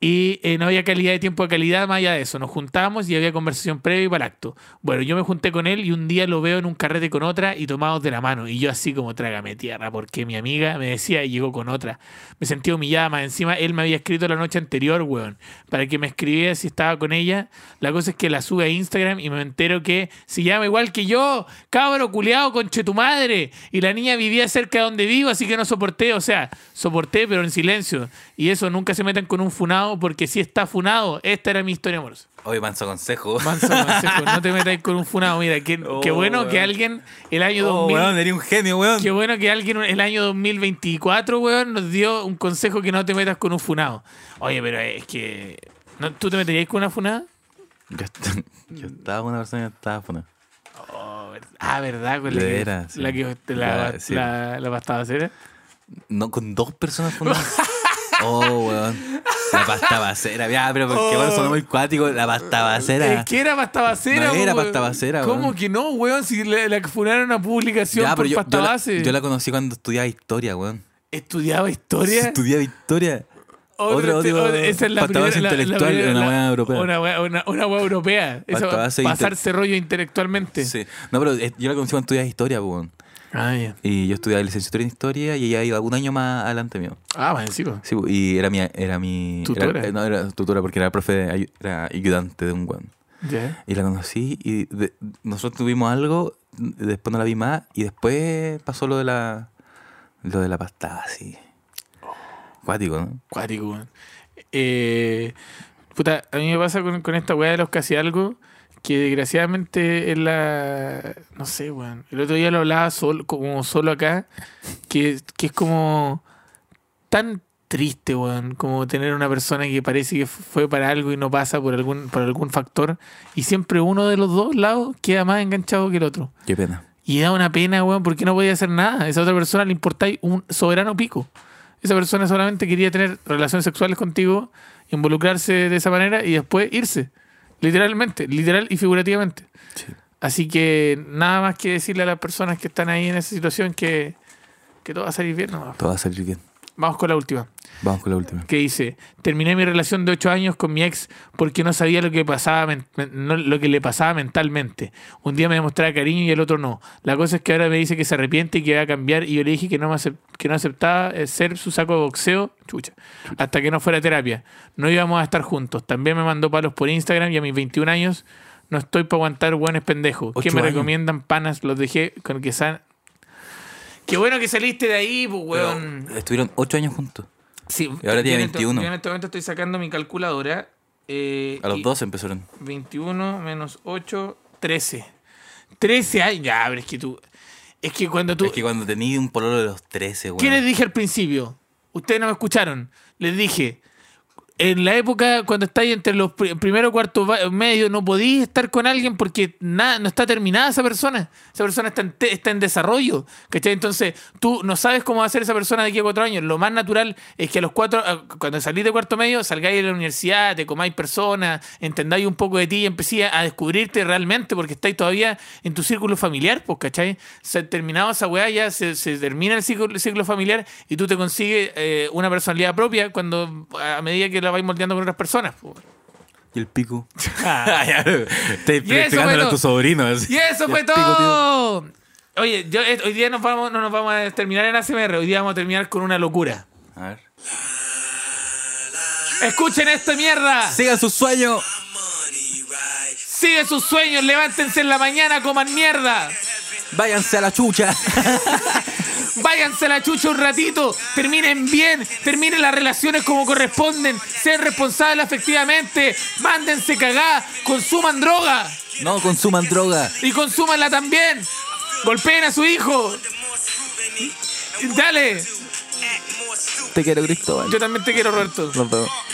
Y eh, no había calidad de tiempo de calidad más allá de eso. Nos juntamos y había conversación previa y para el acto. Bueno, yo me junté con él y un día lo veo en un carrete con otra y tomados de la mano. Y yo así como trágame tierra, porque mi amiga me decía y llegó con otra. Me sentí humillada, más encima él me había escrito la noche anterior, weón, para que me escribiera si estaba con ella. La cosa es que la sube a Instagram y me entero que se llama igual que yo, cabro culeado, conche tu madre. Y la niña vivía cerca de donde vivo, así que no soporté, o sea, soporté, pero en silencio. Y eso, nunca se metan con un funado, porque si está funado, esta era mi historia amorosa.
Oye, manso consejo.
Manso consejo, no te metas con un funado. Mira, qué, qué
Oh,
bueno que
weón.
alguien el año
Oh,
2000
weón, eres un genio, weón.
Qué bueno que alguien el año 2024, weón, nos dio un consejo que no te metas con un funado. Oye, pero es que. ¿no? ¿Tú te meterías con una funada?
Yo, est- yo estaba con una persona que estaba funa.
Oh, ver- ah, ¿verdad? Con la,
Le
que,
era, sí.
la que te la,
La- sí.
la- la pastada cera.
No, con dos personas funadas. oh, weón. La pasta basera. Ya, pero porque bueno, sonó muy cuático. La pasta basera.
Es que era pastada cera,
No era
weón.
pastada cera,
¿Cómo
weón.
que no, weón? Si la, la que funaron una publicación
Ya,
por
pero yo,
pasta
yo la,
base.
yo la conocí cuando estudiaba historia, weón.
¿Estudiaba historia?
Estudiaba historia.
Otra-
Otro- otro-
otra- esa es la
pasta base
primera- la- la
intelectual,
primera-
una
la-
weá europea.
Una weá una- una weá europea. Esa-
Pasta base inte-
pasarse rollo intelectualmente.
Sí. No, pero eh, yo la conocí cuando estudiaba historia, weón.
Ah, ya.
Y yo estudiaba licenciatura en historia y ella iba un año más adelante mío.
Ah, más encima.
Sí, pues, y era mi. Era mi
¿Tutora?
era- eh, no, era tutora porque era profe, de ayu- era ayudante de un weón.
Ya.
Y la conocí y de- nosotros tuvimos algo, después no la vi más y después pasó lo de la. Lo de la pastada, así. Cuático, ¿no?
Cuático, weón. Eh, puta, a mí me pasa con, con esta weá de los casi algo que desgraciadamente es la. No sé, weón. El otro día lo hablaba solo, como solo acá, que, que es como tan triste, weón. Como tener una persona que parece que fue para algo y no pasa por algún, por algún factor. Y siempre uno de los dos lados queda más enganchado que el otro.
Qué pena.
Y da una pena, weón, porque no podía hacer nada. A esa otra persona le importáis un soberano pico. Esa persona solamente quería tener relaciones sexuales contigo, involucrarse de esa manera y después irse. Literalmente, literal y figurativamente.
Sí.
Así que nada más que decirle a las personas que están ahí en esa situación que, que todo va a salir bien. nomás.
Todo va a salir bien.
Vamos con la última
Vamos con la última.
que dice, terminé mi relación de 8 años con mi ex porque no sabía lo que, pasaba men- men- no- lo que le pasaba mentalmente. Un día me demostraba cariño y el otro no. La cosa es que ahora me dice que se arrepiente y que va a cambiar y yo le dije que no, me acep- que no aceptaba eh, ser su saco de boxeo, chucha, hasta que no fuera a terapia. No íbamos a estar juntos. También me mandó palos por Instagram y a mis 21 años no estoy para aguantar buenos pendejos. ¿Qué
Ocho
me
años.
recomiendan, panas? Los dejé con que san... Qué bueno que saliste de ahí, pues, weón.
Pero estuvieron ocho años juntos.
Sí,
Y ahora
yo en
tiene
este-
21.
yo en este momento estoy sacando mi calculadora. eh,
A los
y
dos empezaron.
21 menos 8, 13. 13 años. Ya, pero es que tú. Es que cuando tú.
Es que cuando tenía un pololo de los 13,
¿Qué les
weón.
dije al principio? Ustedes no me escucharon. Les dije. En la época cuando estáis entre los pri- primero cuarto ba- medio, no podís estar con alguien porque nada, no está terminada esa persona. Esa persona está en, te- está en desarrollo. ¿Cachai? Entonces, tú no sabes cómo va a ser esa persona de aquí a cuatro años. Lo más natural es que a los cuatro, a- cuando salís de cuarto medio, salgáis de la universidad, te comáis personas, entendáis un poco de ti y empecéis a descubrirte realmente porque estáis todavía en tu círculo familiar, pues, ¿cachai? Se ha terminado esa weá, ya se, se termina el ciclo, el ciclo familiar y tú te consigues eh, una personalidad propia cuando a medida que la vais moldeando con otras personas. pues.
Y el pico.
Y
Te
eso fue
explicándole a
todo.
tu sobrino.
Y eso fue
pico, tío.
todo. Oye, yo- eh, hoy día nos vamos, no nos vamos a terminar en ACMR, hoy día vamos a terminar con una locura.
A ver.
Escuchen esta mierda.
Sigan su sueño.
Sigue sus sueños, levántense en la mañana, coman mierda.
Váyanse a la chucha.
Váyanse a la chucha un ratito, terminen bien, terminen las relaciones como corresponden, sean responsables afectivamente, mándense cagá, consuman droga
No consuman droga.
y consúmanla también. Golpeen a su hijo. Dale,
Te quiero, Cristóbal.
yo también te quiero, Roberto.
Nos vemos.